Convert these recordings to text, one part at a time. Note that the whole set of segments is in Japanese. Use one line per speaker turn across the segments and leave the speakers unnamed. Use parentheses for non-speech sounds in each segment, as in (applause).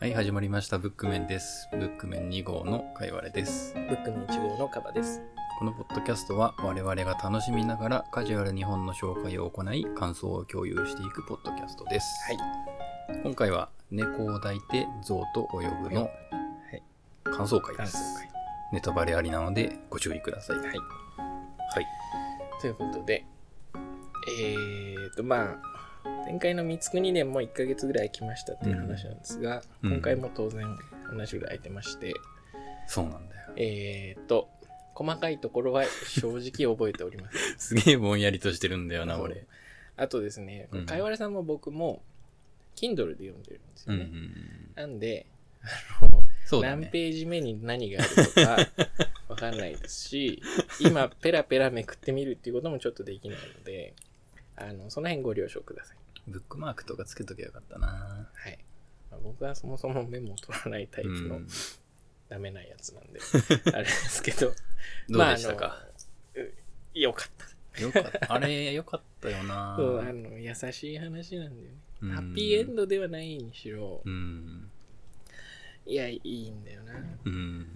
はい、始まりました。ブックメンです。ブックメン2号のかいわれです。
ブックメン1号のカバです。
このポッドキャストは我々が楽しみながらカジュアル日本の紹介を行い、感想を共有していくポッドキャストです。
はい。
今回は猫を抱いて象と泳ぐの
い
感想会で
感想
す。ネタバレありなのでご注意ください。
会。はい。
はい。
ということで、えーと、まあ、前回の三つ国年も1ヶ月ぐらい来ましたっていう話なんですが、
うん
今回も当然同じぐらい空いてまして、
そうなんだ
(laughs)
よ。
えーと、細かいところは正直覚えておりません。
すげえぼんやりとしてるんだ (laughs) よな、
そう
俺。
あとですね
うん、
かいわれさんも僕も、Kindle で読んでるんです
うん
よ
うんう
ね。
ん。
なんで、あの、
そうだ
何
ね。
ページ目に何があるとか
(laughs)
わかんないですし今ペラペラめくってみるっていうこともちょっとできないのであのその辺ご了承ください、
ブックマークとかつけとけばよかったな。
はいまあ僕はそもそもメモを取らないタイプ
う
の
ん
ダメなや
(laughs)
つなんで、あれですけど
どうでしたか、
まああのうよかった
よかった。あれ、よかったよな。
そうあの優しい話なんだよね
うん
ハッピーエンドではないにしろ
うん。
いやいいんだよな
うん。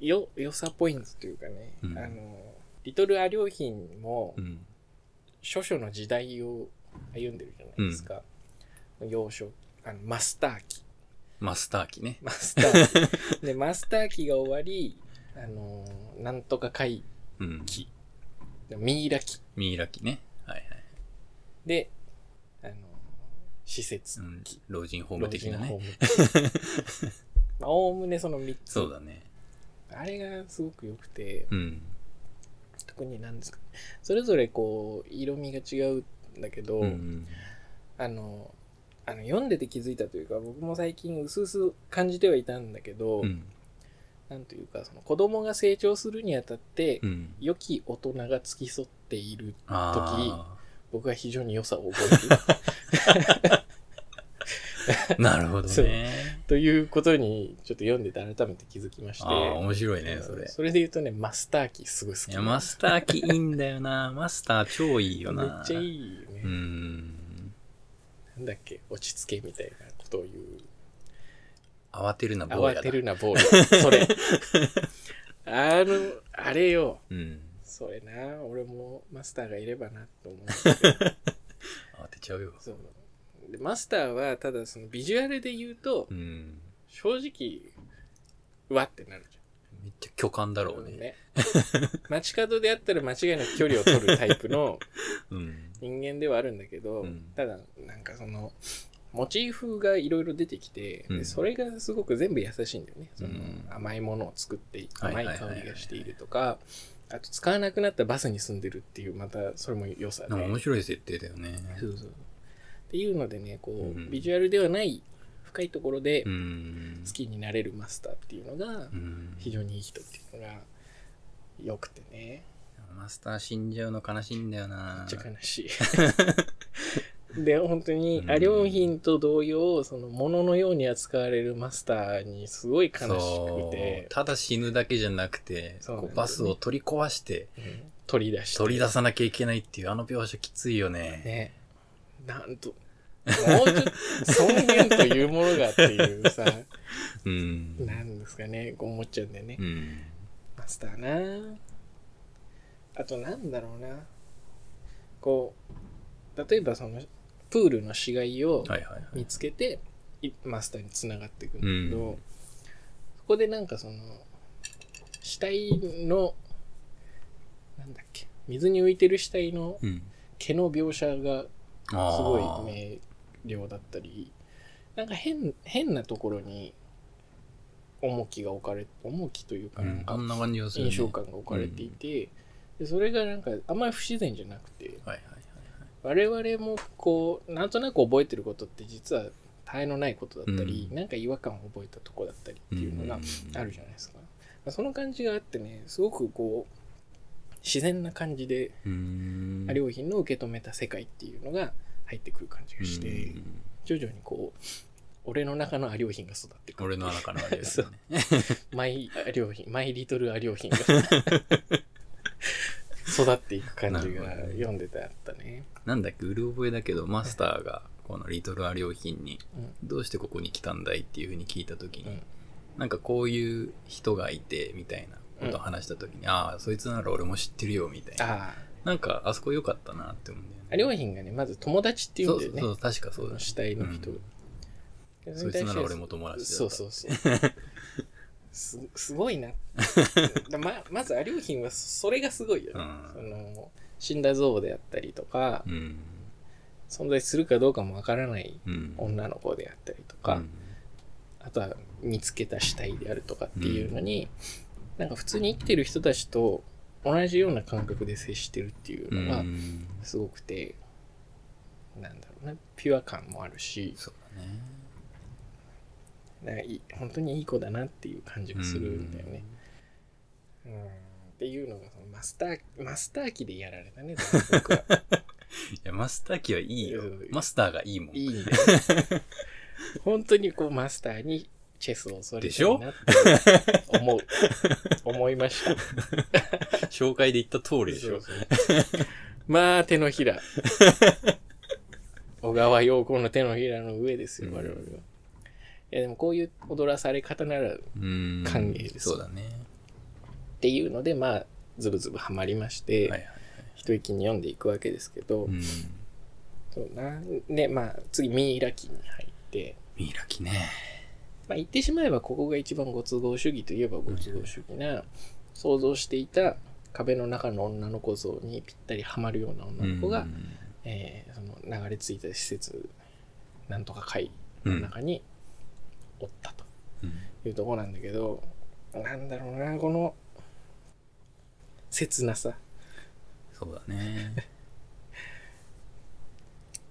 よ良さポイントというかね、
うん
あのリトルア良品も、
うん。
諸書の時代を歩んでるじゃないですか。幼少あの、マスター期。
マスター機ね。
マスター
(laughs)
期。で、マスター期が終わり、あのーなんとか会、
うん。
ミイラ期。
ミイラ機ね。はいはい。
で、あのー施
う
設。
ん、老人ホーム的な
老
ね。
人ホーム
(laughs)
まあ、おおむねその3つ。
そうだね。
あれがすごく良くて、
うん。
特になんですか、それぞれこう、色味が違うんだけど、
うん。
あの、あの読んでて気づいたというか、僕も最近薄々感じてはいたんだけど、
うん。
なんというか、その子供が成長するにあたって
う、ん。
良き大人が付き添っている、
あ
僕は非常に良さを覚
(laughs)
える
あ。 (laughs) なるほど
そう
ね。
ということに、ちょっと読んでて改めて気づきまして、
ああ、面白いね、それ。
それで言うとね、マスターキーすごい好き。
いや、マスター機いいんだよな。マスター超いいよ
めっ
な。
ちゃい
い。
いよね。
うん。
なんだっけ、落ち着けみたいなことを言う。
慌てるな、坊やだ
慌てるな、ボール。それ。あの、あれよ。
うん。
それな俺もマスターがいればなと思うんだけど
慌てちゃうよ。
そうでマスターはただそのビジュアルで言うと
うん。
正直うわってなるじ
めっちゃ巨漢だ
ゃん
ろうね。
ね街角であったら間違いなく距離を取るタイプの
うん。
人間ではあるんだけど、
うん
ただなんかそのモチーフがいろいろ出てきて、
うん
でそれがすごく全部優しいんだよねその、
うん
甘いものを作って
はいは
甘
い
い
はいはい
香りがしているとかあと使わなくなったバスに住んでるっていうまたそれも良さで、
なんか面白い設定だよね。
そうそうっていうのでねこう、
うん
ビジュアルではない深いところで
う
好
ん。
きになれるマスターっていうのが
うん
非常にいい人っていうのが良くてね
マスター死んじゃうの悲しいんだよ
め
な
っちゃ悲し
(laughs)
いで本当に
うん
アリョン品と同様その物のように扱われるマスターにすごい悲しく
そう
て、
ただ死ぬだけじゃなくて、
そうな
こ
んだよね
うバスを取り壊して
うん取り出して
取り出さなきゃいけないっていうあの描写きついよね
ねなんともうちょっと尊厳というものがってい
(laughs)
うさ
うん
なんですかねこう思っちゃうんだよね
うん
マスターなあとなんだろうなこう例えばそのプールの死骸を
はいはいはい
見つけて、いマスターにつながっていくんだけど、
うん
そこでなんかその死体のなんだっけ水に浮いてる死体の
うん
毛の描写が
す
すごい明瞭だったりなんか変変なところに重きが置かれ重きというかなんか
あんな感じがするね
印象感が置かれていて、でそれがなんかあんまり不自然じゃなくて
はいはいはい
我々もこうなんとなく覚えてることって実は他愛のないことだったり、
うん
なんか違和感を覚えたとこだったりっていうのがあるじゃないですか、まあその感じがあってねすごくこう自然な感じで
うん
あ良品の受け止めた世界っていうのが入ってくる感じがして、
うん
徐々にこう俺の中のア良品が育ってく
俺
る
の中のあれ
(laughs)
ですね
マイア
(laughs)
良品マイリトルア良品が育っていく感
な
じが
るほどね
読んでてあったね
なんだっけうる覚えだけどマスターがここのリトルア良品に、どうしてここに来たんだいっていうふうに聞いた時に、
うん
なんかこういう人がいてみたいなことを話した時に、ああそいつなら俺も知ってるよみたいな
ああ
なんかあそこ良かったなって思うんだよね
あ良品がねまず友達っていうんだよね
そうそうそう確かそうだね
死体の人、
うん
で
そいつなら俺も友達だった
そうそうそう
(laughs)
すすごいなだままずアリョーヒンはそれがすごいよね、
うん
その死んだ像であったりとか、
うん
存在するかどうかもわからない
うん
女の子であったりとか、
うん
あとは見つけた死体であるとかっていうのに、なんか普通に生きてる人たちと同じような感覚で接してるっていうの
う
が
ん
すごくて、なんだろうなピュア感もあるし
そうだね
なんかいい本当にいい子だなっていう感じがするんだよね。うんっていうのがそのマスターマスター機でやられたねだか
い
ら僕は
やマスター機はいいよ
うん
マスターがいいもん
いいんだよ、ね、本当にこうマスターにチェスを恐れてるなって思う思いました
紹介で言った通りでしょ
そうそうまあ、手
(laughs)
のひら。小川陽子の手のひらの上ですよ、
うん
我々は。いや、でもこういう踊らされ方ならっ
うん
歓迎です
そうだね
ていうので、まあ、ズブズブハマりまして、
はいはい
一息に読んでいくわけですけど、
うん
そうなね、まあ、次、ミイラ期に入って、
ミイラキね
まあ、言ってしまえばここが一番ご都合主義といえばご都合主義な、想像していた壁の中の女の子像にぴったりはまるような女の子が、
うん
えーその流れ着いた施設なんとか会
う
の
ん
中におったと
うん
いうとこなんだけど、なんだろうなこの切なさ
そうだ
(laughs)
ね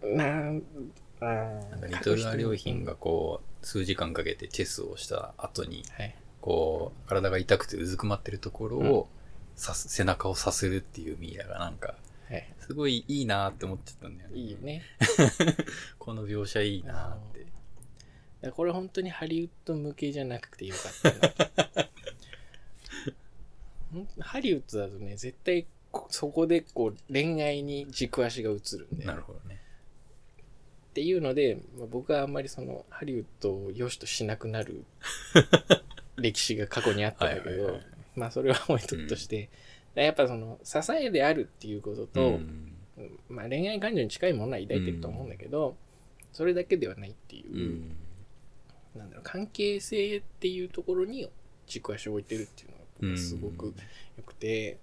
なんあ
なん
ー
かリトルア良
は
品がこう数時間かけてチェスをした後に
い、
こう体が痛くてうずくまってるところを、さす背中をさするっていうミイラがなんか
はい、
すごいいいなーって思っちゃったんだよね
いいよね
この描写いいなーって
だからこれ本当にハリウッド向けじゃなくてよかったな (laughs) ほんハリウッドだとね絶対こそこでこう恋愛に軸足が移るんで
なるほどね
っていうので、まあ、僕はあんまりそのハリウッドを良しとしなく
(laughs)
なる歴史が過去にあったんだけ
はいはいは
ど
い
まあそれは置いとくとして、やっぱその支えであるっていうことと、
うん
まあ、恋愛感情に近いものは抱いてると思うんだけど、それだけではないっていう
う、ん
なんだろう関係性っていうところに軸足を置いてるっていうのが僕はすごく良くて、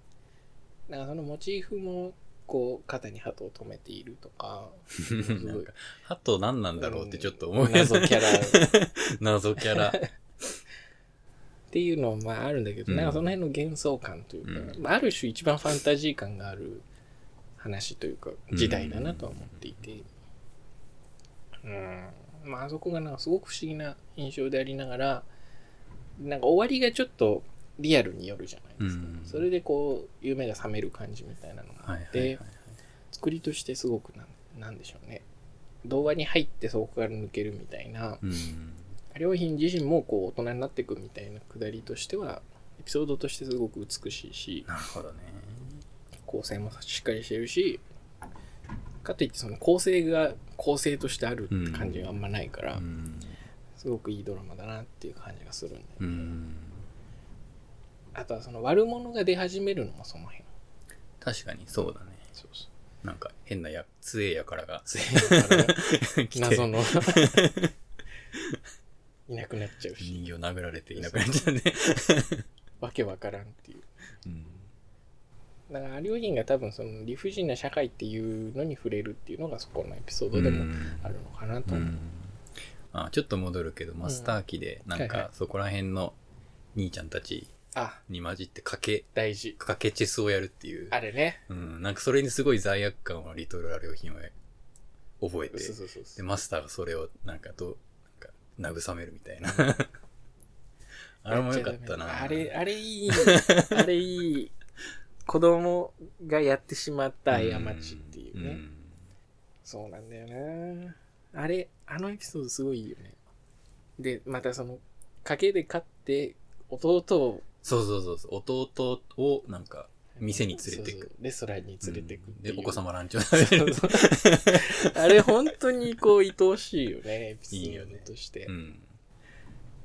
なんかそのモチーフもこう肩に鳩を留めているとか
う
す
んな
ご
ん
い
かハト何 (laughs) なんだろうってちょっと思う
謎キャラ
謎キャラ
っていうのもまああるんだけど、
うん
なんかその辺の幻想感というか、
うん
まあ、ある種一番ファンタジー感がある話というか
ん
時代だなとは思っていてうん、まああそこがなんかすごく不思議な印象でありながらなんか終わりがちょっとリアルによるじゃないですか、
うん
それでこう夢が覚める感じみたいなのがあ
はい
っ
は
て、
いはい
作りとしてすごくなんなんでしょうね童話に入ってそこから抜けるみたいな、
うん
良品自身もこう大人になっていくみたいなくだりとしてはエピソードとしてすごく美しいし
なるほどね
構成もしっかりしてるしかといってその構成が構成としてあるって感じがあんまないから、
うん
すごくいいドラマだなっていう感じがするんで、
うん
あとはその悪者が出始めるのもその辺
確かにそうだね
そうそ
なんか変なや強えやからが来
う
て
謎 (laughs) のいなくなっちゃうし
人形殴られていなくなっちゃうね。
わけわからんっていう
うん
だから有品が多分その理不尽な社会っていうのに触れるっていうのがそこのエピソードでもあるのかなと
う
思う、
んあちょっと戻るけど、マスター機で、なん
はいは
かそこら辺の兄ちゃんたち
あ
に混じって賭け、
大事
賭けチェスをやるっていう。
あれね
うん、なんかそれにすごい罪悪感をリトルア良品は覚えて、
そうそうそうそ
で、
う
マスターがそれをなんかどう、なんか慰めるみたいな。 (laughs) あれも良かったな。
あれあ
(laughs)
れいいあれいい子供がやってしまった過ちっていうね、
ん
そうなんだよなあれあのエピソードすごいいいよねでまたその賭けで勝って弟を
そうそうそうそう。弟をなんか店に連れてく
そうそうレストランに連れてくっ
うん
てい
で
う、
お子様ランチを
そうそうそうあれ本当にこう愛おしいよねエピ
(laughs)
ソ
いいよ
ー
ね
ドとして
うん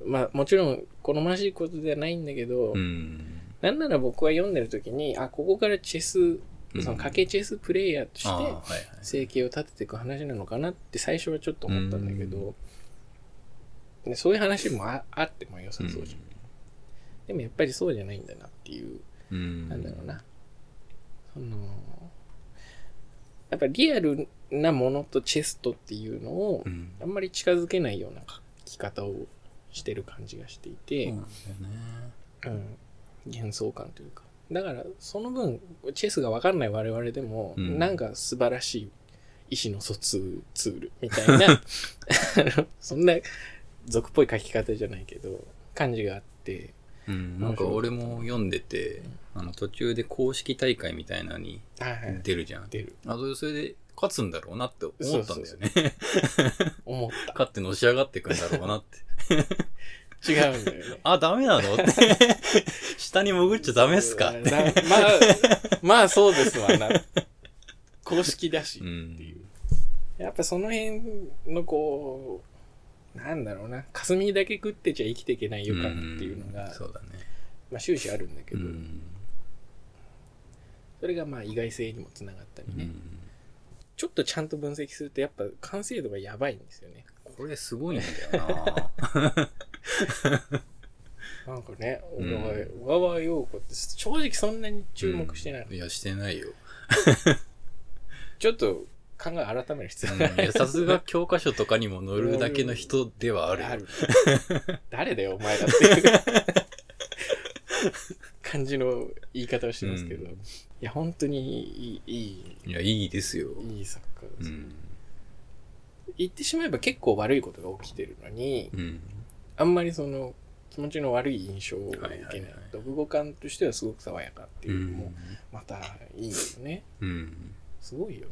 まあもちろん好ましいことではないんだけど、
うん
なんなら僕は読んでる時にあここからチェスその掛けチェスプレイヤーと
ああは
して
いはい
生計を立てていく話なのかなって最初はちょっと思ったんだけど、でそういう話もああっても良さそうじゃん、でもやっぱりそうじゃないんだなっていう
うん
なんだろうな。その、やっぱリアルなものとチェストっていうのを
う、ん
あんまり近づけないような書き方をしてる感じがしてい
そう
て
な、んだよね
うん、幻想感というか。だから、その分、チェスがわかんない我々でも、
うん
なんか素晴らしい意思の疎通ツールみたいな、 (laughs) あのそんな俗っぽい書き方じゃないけど、感じがあって、
うん、なんか俺も読んでて、あの途中で公式大会みたいなのに
はいはい、
出るじゃん。
出る。
あそれそれで勝つんだろうなって思ったんだよね。
思った。
(laughs) 勝ってのし上がってくんだろうなって。
違うんだよね。
あ、ダメな
(laughs)
のって。下に潜っちゃ (laughs) ダメっすかっ
うん
て。
な (laughs) まあ、まあそうですわな。公式だし
う
ってい
ん
う。。やっぱその辺のこう、なんだろうな、霞だけ食ってちゃ生きていけない予感っていうのが、
んそうだね。
まあ終始あるんだけ
う
ど、
ん。
それがまあ意外性にもつながったりね、
うん
ちょっとちゃんと分析するとやっぱ完成度がやばいんですよね。
これすごいんだよな (laughs)
なんかね、小
うん
川,、小川陽子って正直そんなに注目してない、
うんいや、してないよ。
ちょっと考え改める必要が
うんいやさすが教科書とかにも載るだけの人ではあるよ。
ある誰だよお前だっていう
(laughs)
感じの言い方をしてますけど、
うん
いや本当にいいい
いや、いいですよ。
いいい作家
う
です、
ん。
言ってしまえば結構悪いことが起きてるのに
うん。
あんまりその気持ちの悪い印象を受けない,、
はいはいはい
読後感としてはすごく爽やかって
う
いうのも
ん。
またいいよね
うん。
すごいよ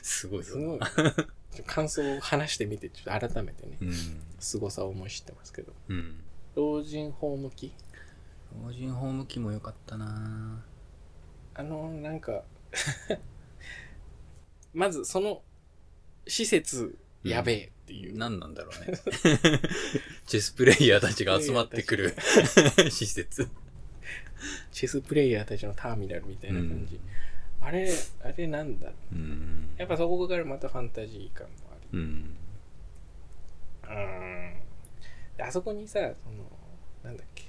すご
ないす
よ
ごい
な。
よちょ感想を話してみてちょっと改めてね
うん。
凄さを思い知ってますけど
うん。
老人ホーム期
老人ホーム機も良かったな
あのなんか (laughs) まずその施設やべえっていう、
何なんだろ
(laughs)
うね。チェスプレイヤーたちが集まってくる (laughs) 施設。
チェスプレイヤーたちのターミナルみたいな感じ、あれあれなんだ
うん。
やっぱそこからまたファンタジー感も
うん。
あるうんであそこにさそのなんだっけ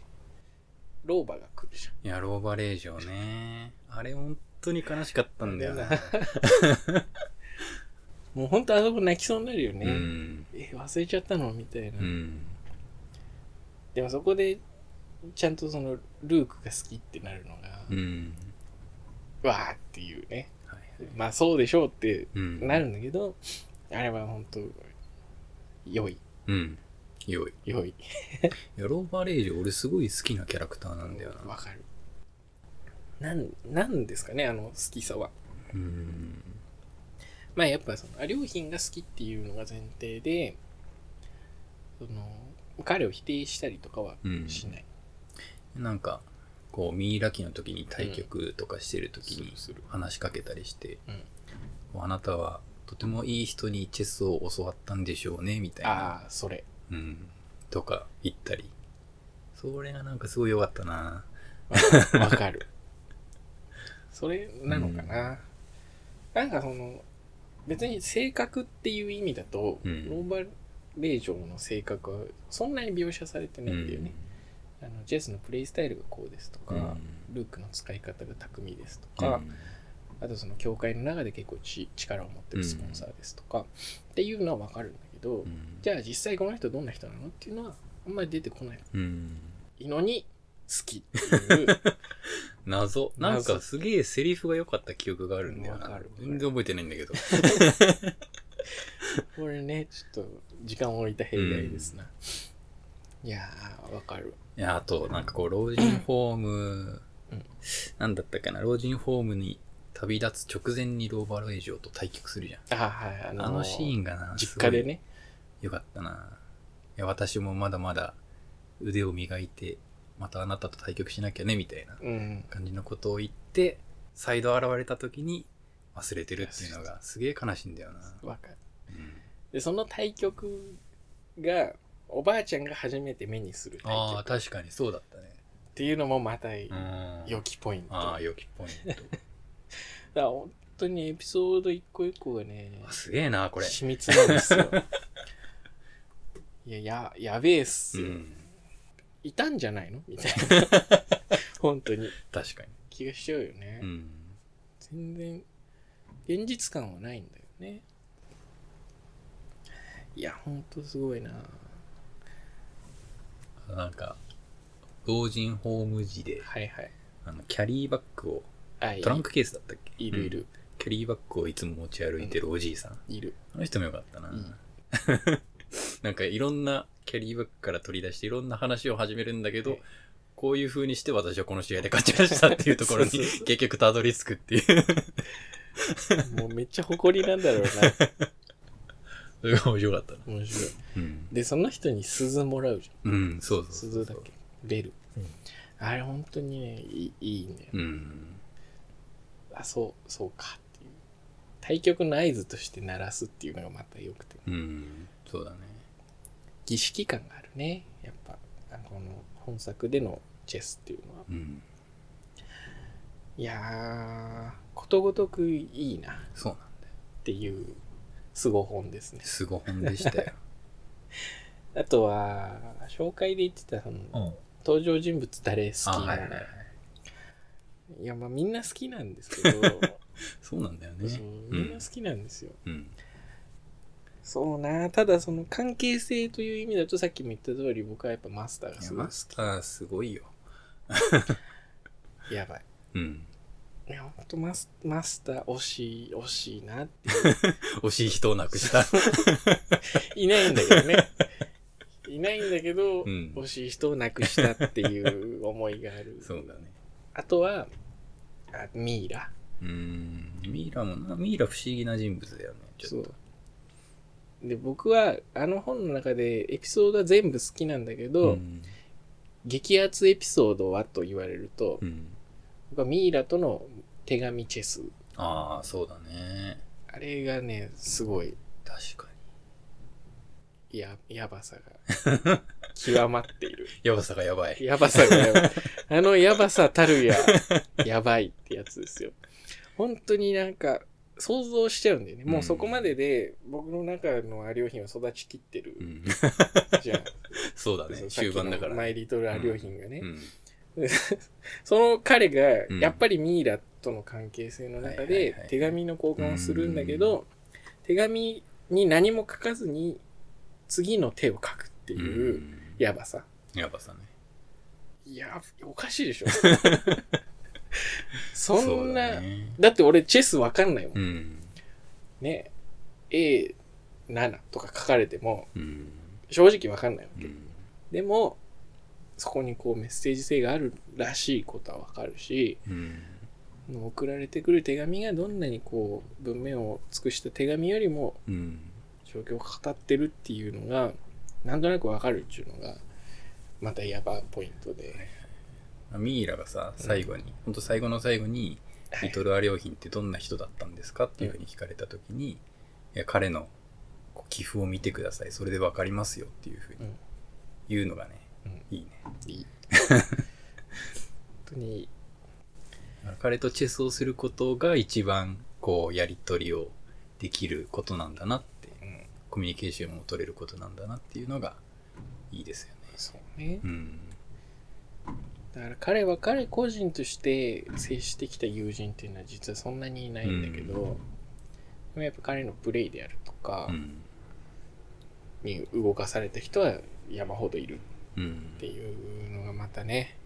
老婆が来るじ
いや、ローバレージョね。あれ、本当に悲しかった
ゃん
んだよな。
もうほんとあそこ泣きそうになるよね、
うん。
え忘れちゃったのみたいな、
うん。
でもそこでちゃんとそのルークが好きってなるのが、
うん。
わーっていうね
はい
まあそうでしょうって
うん。
なるんだけど、あれは本当良い
うん。よい。
良い
いや、ローバレージョ、俺すごい好きなキャラクターなんだよな。
わかるなんなんですかねあの好きさは
うん。
まあやっぱそのあ良品が好きっていうのが前提でその彼を否定したりとかは
うん。
しない、
なんか、こう、ミイラ期の時に対局とかしてる時に
する
話しかけたりして、
うん
こうあなたはとてもいい人にチェスを教わったんでしょうね、みたいな。
ああそれ
うん。とか言ったり。それがなんかすごい良かったな
わかるわかる (laughs) それなのかな、なんかその別に性格っていう意味だと、
うん
ローバレージョンの性格はそんなに描写されてないんだよね、あのジェスのプレイスタイルがこうですとか、
うん
ルークの使い方が巧みですと
うん
か、あとその教会の中で結構ち力を持ってるスポンサーですとか、っていうのはわかるんだけど、
うん
じゃあ実際この人どんな人なのっていうのはあんまり出てこない
うん。
のに好きっていう
謎。なん
謎
かすげえセリフが良かった記憶があるんだよ
わか
な
る。
全然覚えてないんだけど。
これねちょっと時間を置いた弊害ですな、いやーわかる
いや、あと、なんかこう、老人ホーム
うん、
なんだったかな、老人ホームに旅立つ直前にローバルエイジョと対局するじゃん。
あーはいあの
あのシー
ン
ンがな、
実家です
ごい
ね
よかったな。いや、私もまだまだ腕を磨いてまたあなたと対局しなきゃねみたいな
うん
感じのことを言って再度現れた時に忘れてるっていうのがすげえ悲しいんだよな、
わかる
うん
でその対局がおばあちゃんが初めて目にする対
ああ
局っ
確かにそうだったね
ていうのもまた
うん
良きポイント、
ああ
だか
良きポイント
ら本当にエピソード一個一個がね
あすげえなこれ
秘密なんです
(laughs)
よいやややべえっす
う
よ、
ん
いたんじゃないのみたい
(laughs)
な本当に
確かに
気がしちゃうよね、
うん
全然現実感はないんだよねいやほんとすごいな
なんか老人ホーム時で
はいはい
あのキャリーバッグを
あい
トランクケースだったっけ
いる
う
い
ん
る
キャリーバッグをいつも持ち歩いてるおじいさん、
いる
あの人もよかったな、
うん
(laughs) なんかいろんなキャリーバッグから取り出していろんな話を始めるんだけど、
はい
こういう風にして私はこの試合で勝ちましたっていうところに
そうそうそう
結局たどり着くっていう (laughs)
もうめっちゃ誇りなんだろう
(laughs)
な
それが面白かったな
面白い
うん、
でその人に鈴もらうじゃん
うん、そうそうそう
鈴だっけベル、
うん
あれ本当にねいいいいんだよ、
うん
あそうそうかっていう対局の合図として鳴らすっていうのがまた良くて
うんそうだね
儀式感があるねやっぱあこの本作でのチェスっていうのは
うん
いやーことごとくいいなっ
そうなんだよ
ていうすご本ですね
すご本でした
(laughs)
よ、
あとは紹介で言ってたその、
うん、
登場人物誰好き
あ
なの、
はい
い
はいはい
やまあみんな好きなんですけ
(laughs)
ど、
そうなんだよね
そうみんな好きなんですよ、
うん
そうなただその関係性という意味だとさっきも言った通り僕はやっぱマスターが
いや
すごい
マスターすごいよ
やばい
うん
いやほんとマスマスター惜しい惜しいなって
惜しい人を亡くした
いないんだけどねいないんだけど、
うん
惜しい人を亡くしたっていう思いがある
(laughs) そうだね
あとは、あミイラ。
うーんミイラもなミイラ不思議な人物だよねちょっと
で、僕は、あの本の中でエピソードは全部好きなんだけど、
うん
激アツエピソードはと言われると、
うん、
僕はミイラとの手紙チェス。
ああそうだね
あれがね、すごい、
確か
や、やばさ
(laughs)
が、極まっている。
にやばさがやばい
やばさがやばい。あのやばさたるや、やばいってやつですよ。本当になんか、想像しちゃうんだよね。もうそこまでで、僕の中のアリオ品は育ちきってる
うん
じゃん。
そうだね
そうさっ
終
きの
盤だから
マイリトルア料品がね。
うん、
(laughs) その彼が
うん、
やっぱりミイラとの関係性の中
はいはいはい
で、手紙の交換をするんだけど、手紙に何も書かずに、次の手を書くっていう、
ん
やばさ。
やばさね
いや、おかしい
(laughs)
でしょ。そんな、
う
だ
だね
って俺チェスわかんないもん。
うん
ね。A7 とか書かれても、
うん
正直わかんないわ
う
け。
ん
でも、そこにこうメッセージ性があるらしいことはわかるし、
うん
送られてくる手紙がどんなにこう文面を尽くした手紙よりも
うん
状況を語ってるっていうのがなんとなくわかるっていうのがまたヤバポイントで、
ミイラがさ最後に、ほんと最後の最後にリトルア良品ってどんな人だったんですかっていうふうに聞かれた時に、いや彼のこう寄付を見てくださいそれで分かりますよっていうふう
う
に
ん
言うのがね、
う
いいね
いい本当に
彼とチェスをすることが一番こうやり取りをできることなんだなって
うん
コミュニケーションを取れることなんだなっていうのがいいですよね
そうね
うん
だから彼は彼個人として接してきた友人っていうのは実はそんなにいないんだけど、
うん
でもやっぱ彼のプレイであるとか
うん
に動かされた人は山ほどいる
うん
っていうのがまたね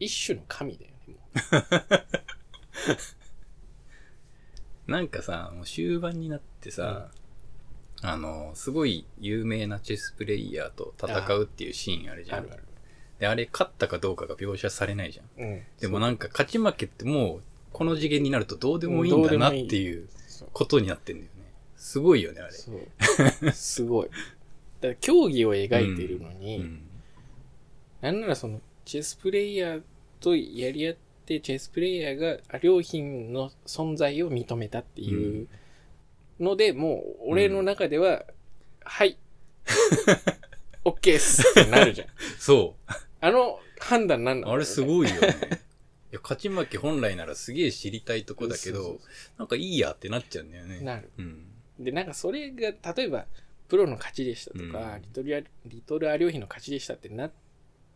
一種の神だよねもう
なんかさもう終盤になってさ、あのすごい有名なチェスプレイヤーと戦うっていうシーンあるじゃん
ある
で、あれ、勝ったかどうかが描写されないじゃん。
うん
でもなんか、勝ち負けってもう、この次元になるとどうでもいいんだなっていう
そう
ことになってんだよね。すごいよね、あれ。 (laughs)
そうすごいだから競技を描いてるのに、
うん
なんならそのチェスプレイヤーとやり合ってチェスプレイヤーがアリョーヒンの存在を認めたっていうので、もう俺の中では、はい
(laughs)
オッケーっすってなるじゃん
そ
あの判断なん
う。
なの
あれすごいよね。 (laughs) いや勝ち負け本来ならすげえ知りたいとこだけ
そう
ど
そ、
なんかいいやってなっちゃうんだよ
う
ね。
そうなる
うん。
でなんかそれが例えばプロの勝ちでしたとか、
うん
リトルアリトルアリョーヒンの勝ちでしたってなっ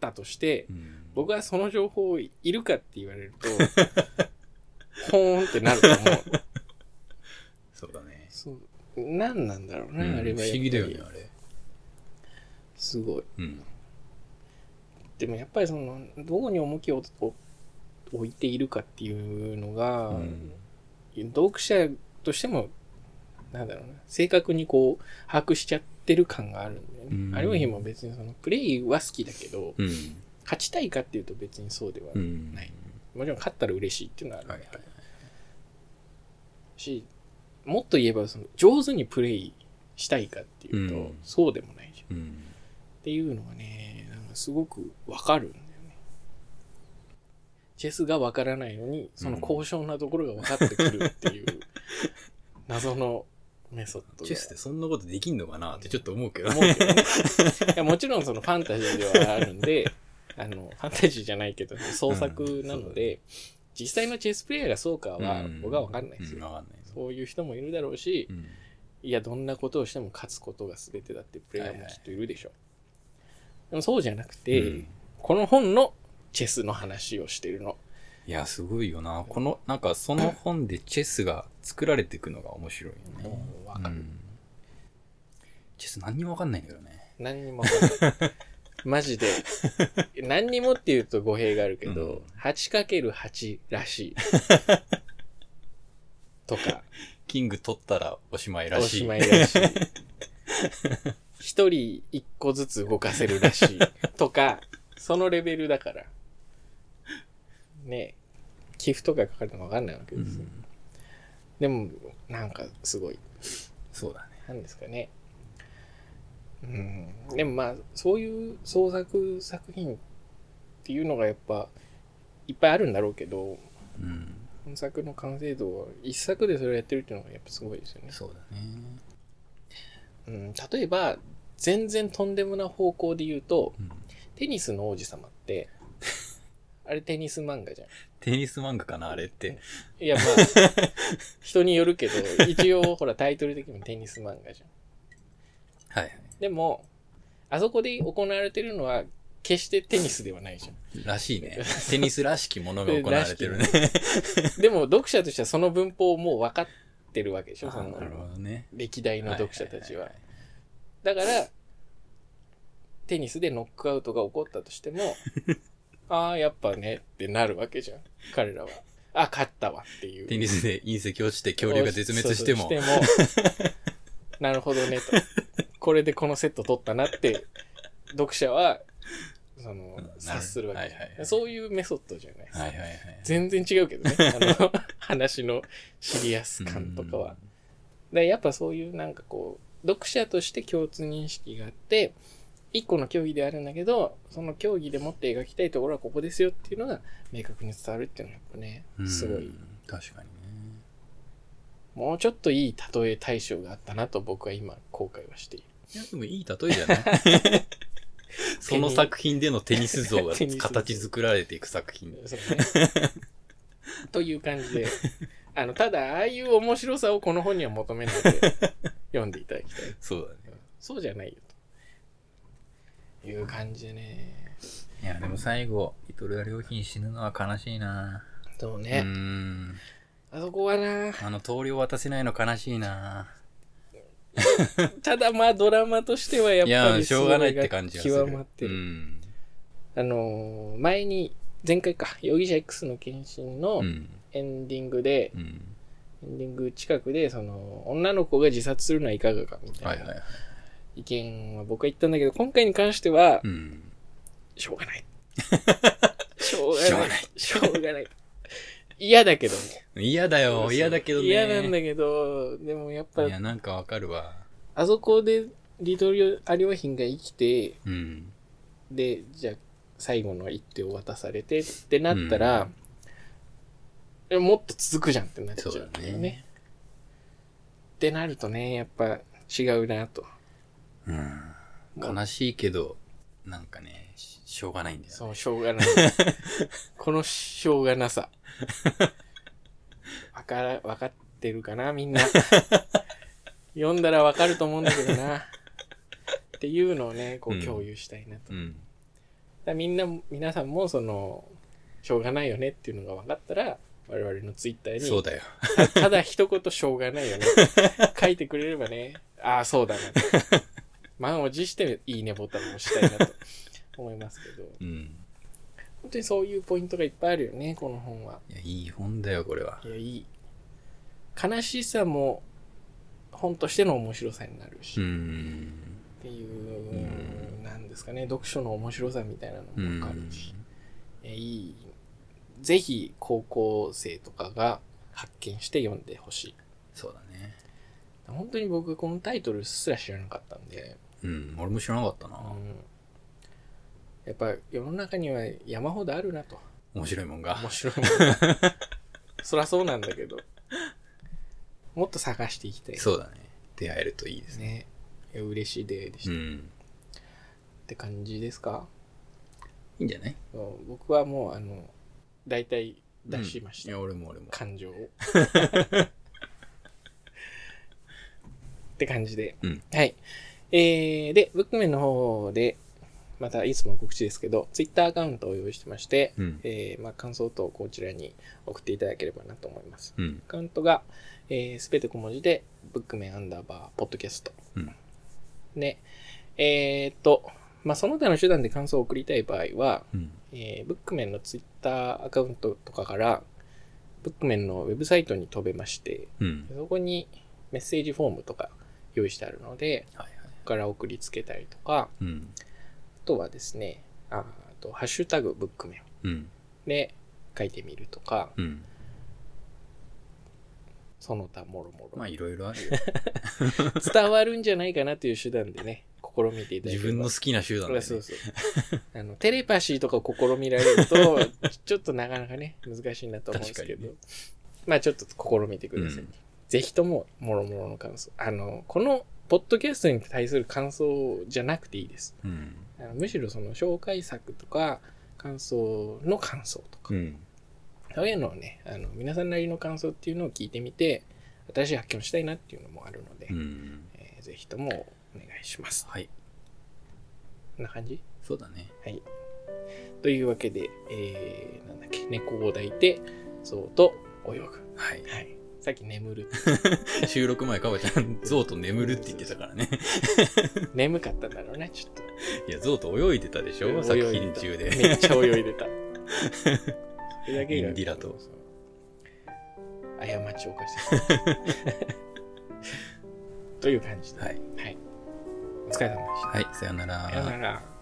たとして、
うん
僕はその情報いるかって言われる
(laughs)
とほーんってなると思う
そうだね。
そう何なんだろうな、
うん
あれ
不
はやっぱり
思議だよね、あれ。
すごい
うん。
でもやっぱりそのどこに重きを置置いているかっていうのが、
うん
読者としてもなんだろうな正確にこう把握しちゃってる感があるんだよね、
うん
あるいはも別にそのプレイは好きだけど、
うん。
勝ちたいかっていうと別にそうでは、
うん。
ないもちろん勝ったら嬉しいっていうのはあるん
は
だ
いは
けど、
い。
しもっと言えばその上手にプレイしたいかっていうと、
うん
そうでもないじゃんっ
うん。
ていうのがねなんかすごくわかるんだよねチェスがわからないのにその高尚なところが分かってくるっていう謎のメソッドが
チェスってそんなことできんのかなってちょっと思うけど。
思うけどねいやもちろんそのファンタジーではあるんであのファンタジーじゃないけど創作なので、実際のチェスプレイヤーがそうかは
うん
僕は分かんないです
うん
よ、
わかんないです。
そういう人もいるだろうし、
うん
いや、どんなことをしても勝つことが全てだってプレイヤーもきっといるでしょ。でもそうじゃなくて、
うん
この本のチェスの話をしてるの。
いや、すごいよな。この、なんかその本でチェスが作られていくのが面白いよね。
もうわかる。
うんチェス何にもわかんないんだけどね。
何にもわか
(laughs)
んない。マジで。何にもって言うと語弊があるけ
うん
ど、8×8 らし
(laughs)
い。とか、
キング取ったらおしまいら
お
しい。
しまいらしい。一人一個ずつ動かせるらしい。とか、そのレベルだから。ねえ、寄付とか書かれてもわかんないわけ
う
ですよ。
ん
でも、なんかすごい。
そうだね。
なんですかね。うん。でもまあ、そういう創作作品っていうのがやっぱ、いっぱいあるんだろうけど、
うん。
本作の完成度は一作でそれをやってるっていうのがやっぱすごいですよね。
そうだね。
うん、例えば全然とんでもない方向で言うと
うん
テニスの王子様って (laughs) あれテニス漫画じゃん
テニス漫画かな、あれって。
いやまあ人による (laughs) けど一応ほらタイトル的にもテニス漫画じゃん
はいはい。
でもあそこで行われてるのは決してテニスではないじゃ
らしいね。テニスらしきものが行われ (laughs) てるね。
んでも読者としてはその文法をもう分かってるわけでしょその
あなるほどね。
歴代の読者たちはい
いいい
だから、テニスでノックアウトが起こったとし
(laughs)
ても、ああ、やっぱねってなるわけじゃん。彼らは。あ、勝ったわっていう。
テニスで隕石落ちて恐竜が絶滅しても。
そうそうしても (laughs) なるほどねと。これでこのセット取ったなって、読者は、その
うんなる、
察するわけじゃん、
はいはいはい
そういうメソッドじゃないですか。
はいはいはい。
全然違うけどね。あの、 (laughs) 話のシリアス感とかは。でやっぱそういうなんかこう読者として共通認識があって一個の競技であるんだけどその競技でもって描きたいところはここですよっていうのが明確に伝わるっていうのはやっぱね
うん。
すごい、
うん。確かにね。
もうちょっといい例え対象があったなと僕は今後悔はしている
いや、でもいい例えじゃない (laughs) その作品でのテニス像が
(laughs) テニス像
形作られていく作品。
そうね
(laughs)
という感じであのただああいう面白さをこの本には求めないで読んでいただきたい
そうだね。
そうじゃないよという感じでね
いや、でも最後、リトルが良品死ぬのは悲しいな
そう
うー
ね、
ん。
あそこはな
あの、通りを渡せないの悲しいな
ただまあドラマとしてはや
い
っぱ
や、
り
しょうがないって感じがする。
極まってる、
うん。
あのー前に前回か容疑者 X の検診の
うん。
エンディングで
う、ん。
エンディング近くでその女の子が自殺するのはいかがかみた
はい
い
はい
な
はい。
意見は僕は言ったんだけど今回に関しては
うん。
しょう
(laughs)
がないしょうがないしょうがない嫌だけども
嫌だよ、嫌だけどね。
嫌なんだけどでもやっぱ
いや、なんかわかるわ。
あそこでリトルアリョーヒンが生きて
うん。
でじゃあ最後の一手を渡されてってなったら、えもっと続くじゃんってなっちゃうんだよ
そうだ
ね
ね。
ってなるとね、やっぱ違うなと。
うん。
もう
悲しいけど、なんかね、ししょうがないんだよね。
そう、しょうが (laughs) ない。このしょうがなさ。わから、わかってるかな、みん (laughs) な。読んだらわかると思うんだけどな。っていうのをね、こ
う
うん共有したいなと。だ
う
か
ん。
らみんな、皆さんもその、しょうがないよねっていうのが分かったら、我々のツイッター
そう
に、
だよ。
たただ一言しょうがないよね。
(laughs)
書いてくれればね、ああ、そうだなと。満を持していいねボタンを押したいなと思いますけど。
うん。
本当にそういうポイントがいっぱいあるよねこの本はい
や、いい本だよ、これは。
いやいい悲しさも本としての面白さになるし、
う
っ
ん。
ていう、
う
なんですかね読書の面白さみたいな
う
のも
ん
わかるし、いやいいぜひ高校生とかが発見して読んでほしい
そうだね。
本当に僕このタイトルすら知らなかったんで、
うん。俺も知らなかった
う
な。
ん、やっぱ世の中には山ほどあるなと
面白いもんが。
面白いもんそりゃそうなんだけどもっと探していきたい
そうだね。出会えるといいで
ですす
ね。
ねいや嬉しい出会いでし
う
た、っ
ん。
て感じですか
いいんじゃない
うん僕はもうあの大体出しまし
い
た、
や、俺も俺も。
感
(laughs)
情をって感じで、
うん
はいえー、でブックメンの方でまたいつもの告知ですけど Twitter アカウントを用意してまして、
うん。
えーまあ、感想等こちらに送っていただければなと思います
うん。
アカウントが、えー、すべて小文字で、ブックメンアンダーバー、ポッドキャスト。
うん
で、えーっと、まあ、その他の手段で感想を送りたい場合は、
うん。
えーブックメンのツイッターアカウントとかから、ブックメンのウェブサイトに飛べまして、
うん。
そこにメッセージフォームとか用意してあるので、
はいはい。
そこから送りつけたりとか、
うん。
あとはですね、ああと、ハッシュタグブックメン
うん。
で書いてみるとか、
うん。
その他もろもろ。
まあ、いろいろあるよ。
伝わるんじゃないかなという手段でね、試みていただければ
(laughs) 自分の好きな集団だよね
そうそうあのテレパシーとかを試みられると、ちちょっとなかなかね、難しいなと思うんですけ
確かに
ど、
ね
まあちょっと試みてください。
うん
ぜひとも、もろもろの感想。あの、この、ポッドキャストに対する感想じゃなくていいです。
うん。
あのむしろその紹介作とか、感想の感想とか、
うん。
そういうのをね、あの皆さんなりの感想っていうのを聞いてみて、新しい発見をしたいなっていうのもあるので、
うん。
えーぜひともお願いします。
はい。
こんな感じ
そうだね。
はい。というわけで、えー、なんだっけ、猫を抱いて、象と泳ぐ。
はい。
はい。さっき眠る。
(laughs) 収録前、かばちゃん、ゾウと眠るって言ってたからね。
眠かったんだろうね、ちょっと。
いや、ゾウと泳いでたでしょ作
泳
品
いた
中 (laughs) で。
めっちゃ泳いでた。それだけが
インディラと。
過ちを犯してた。
(laughs)
という感じで。
はい。
はい。お疲れ様でし
はい、さよなら
た。さよなら。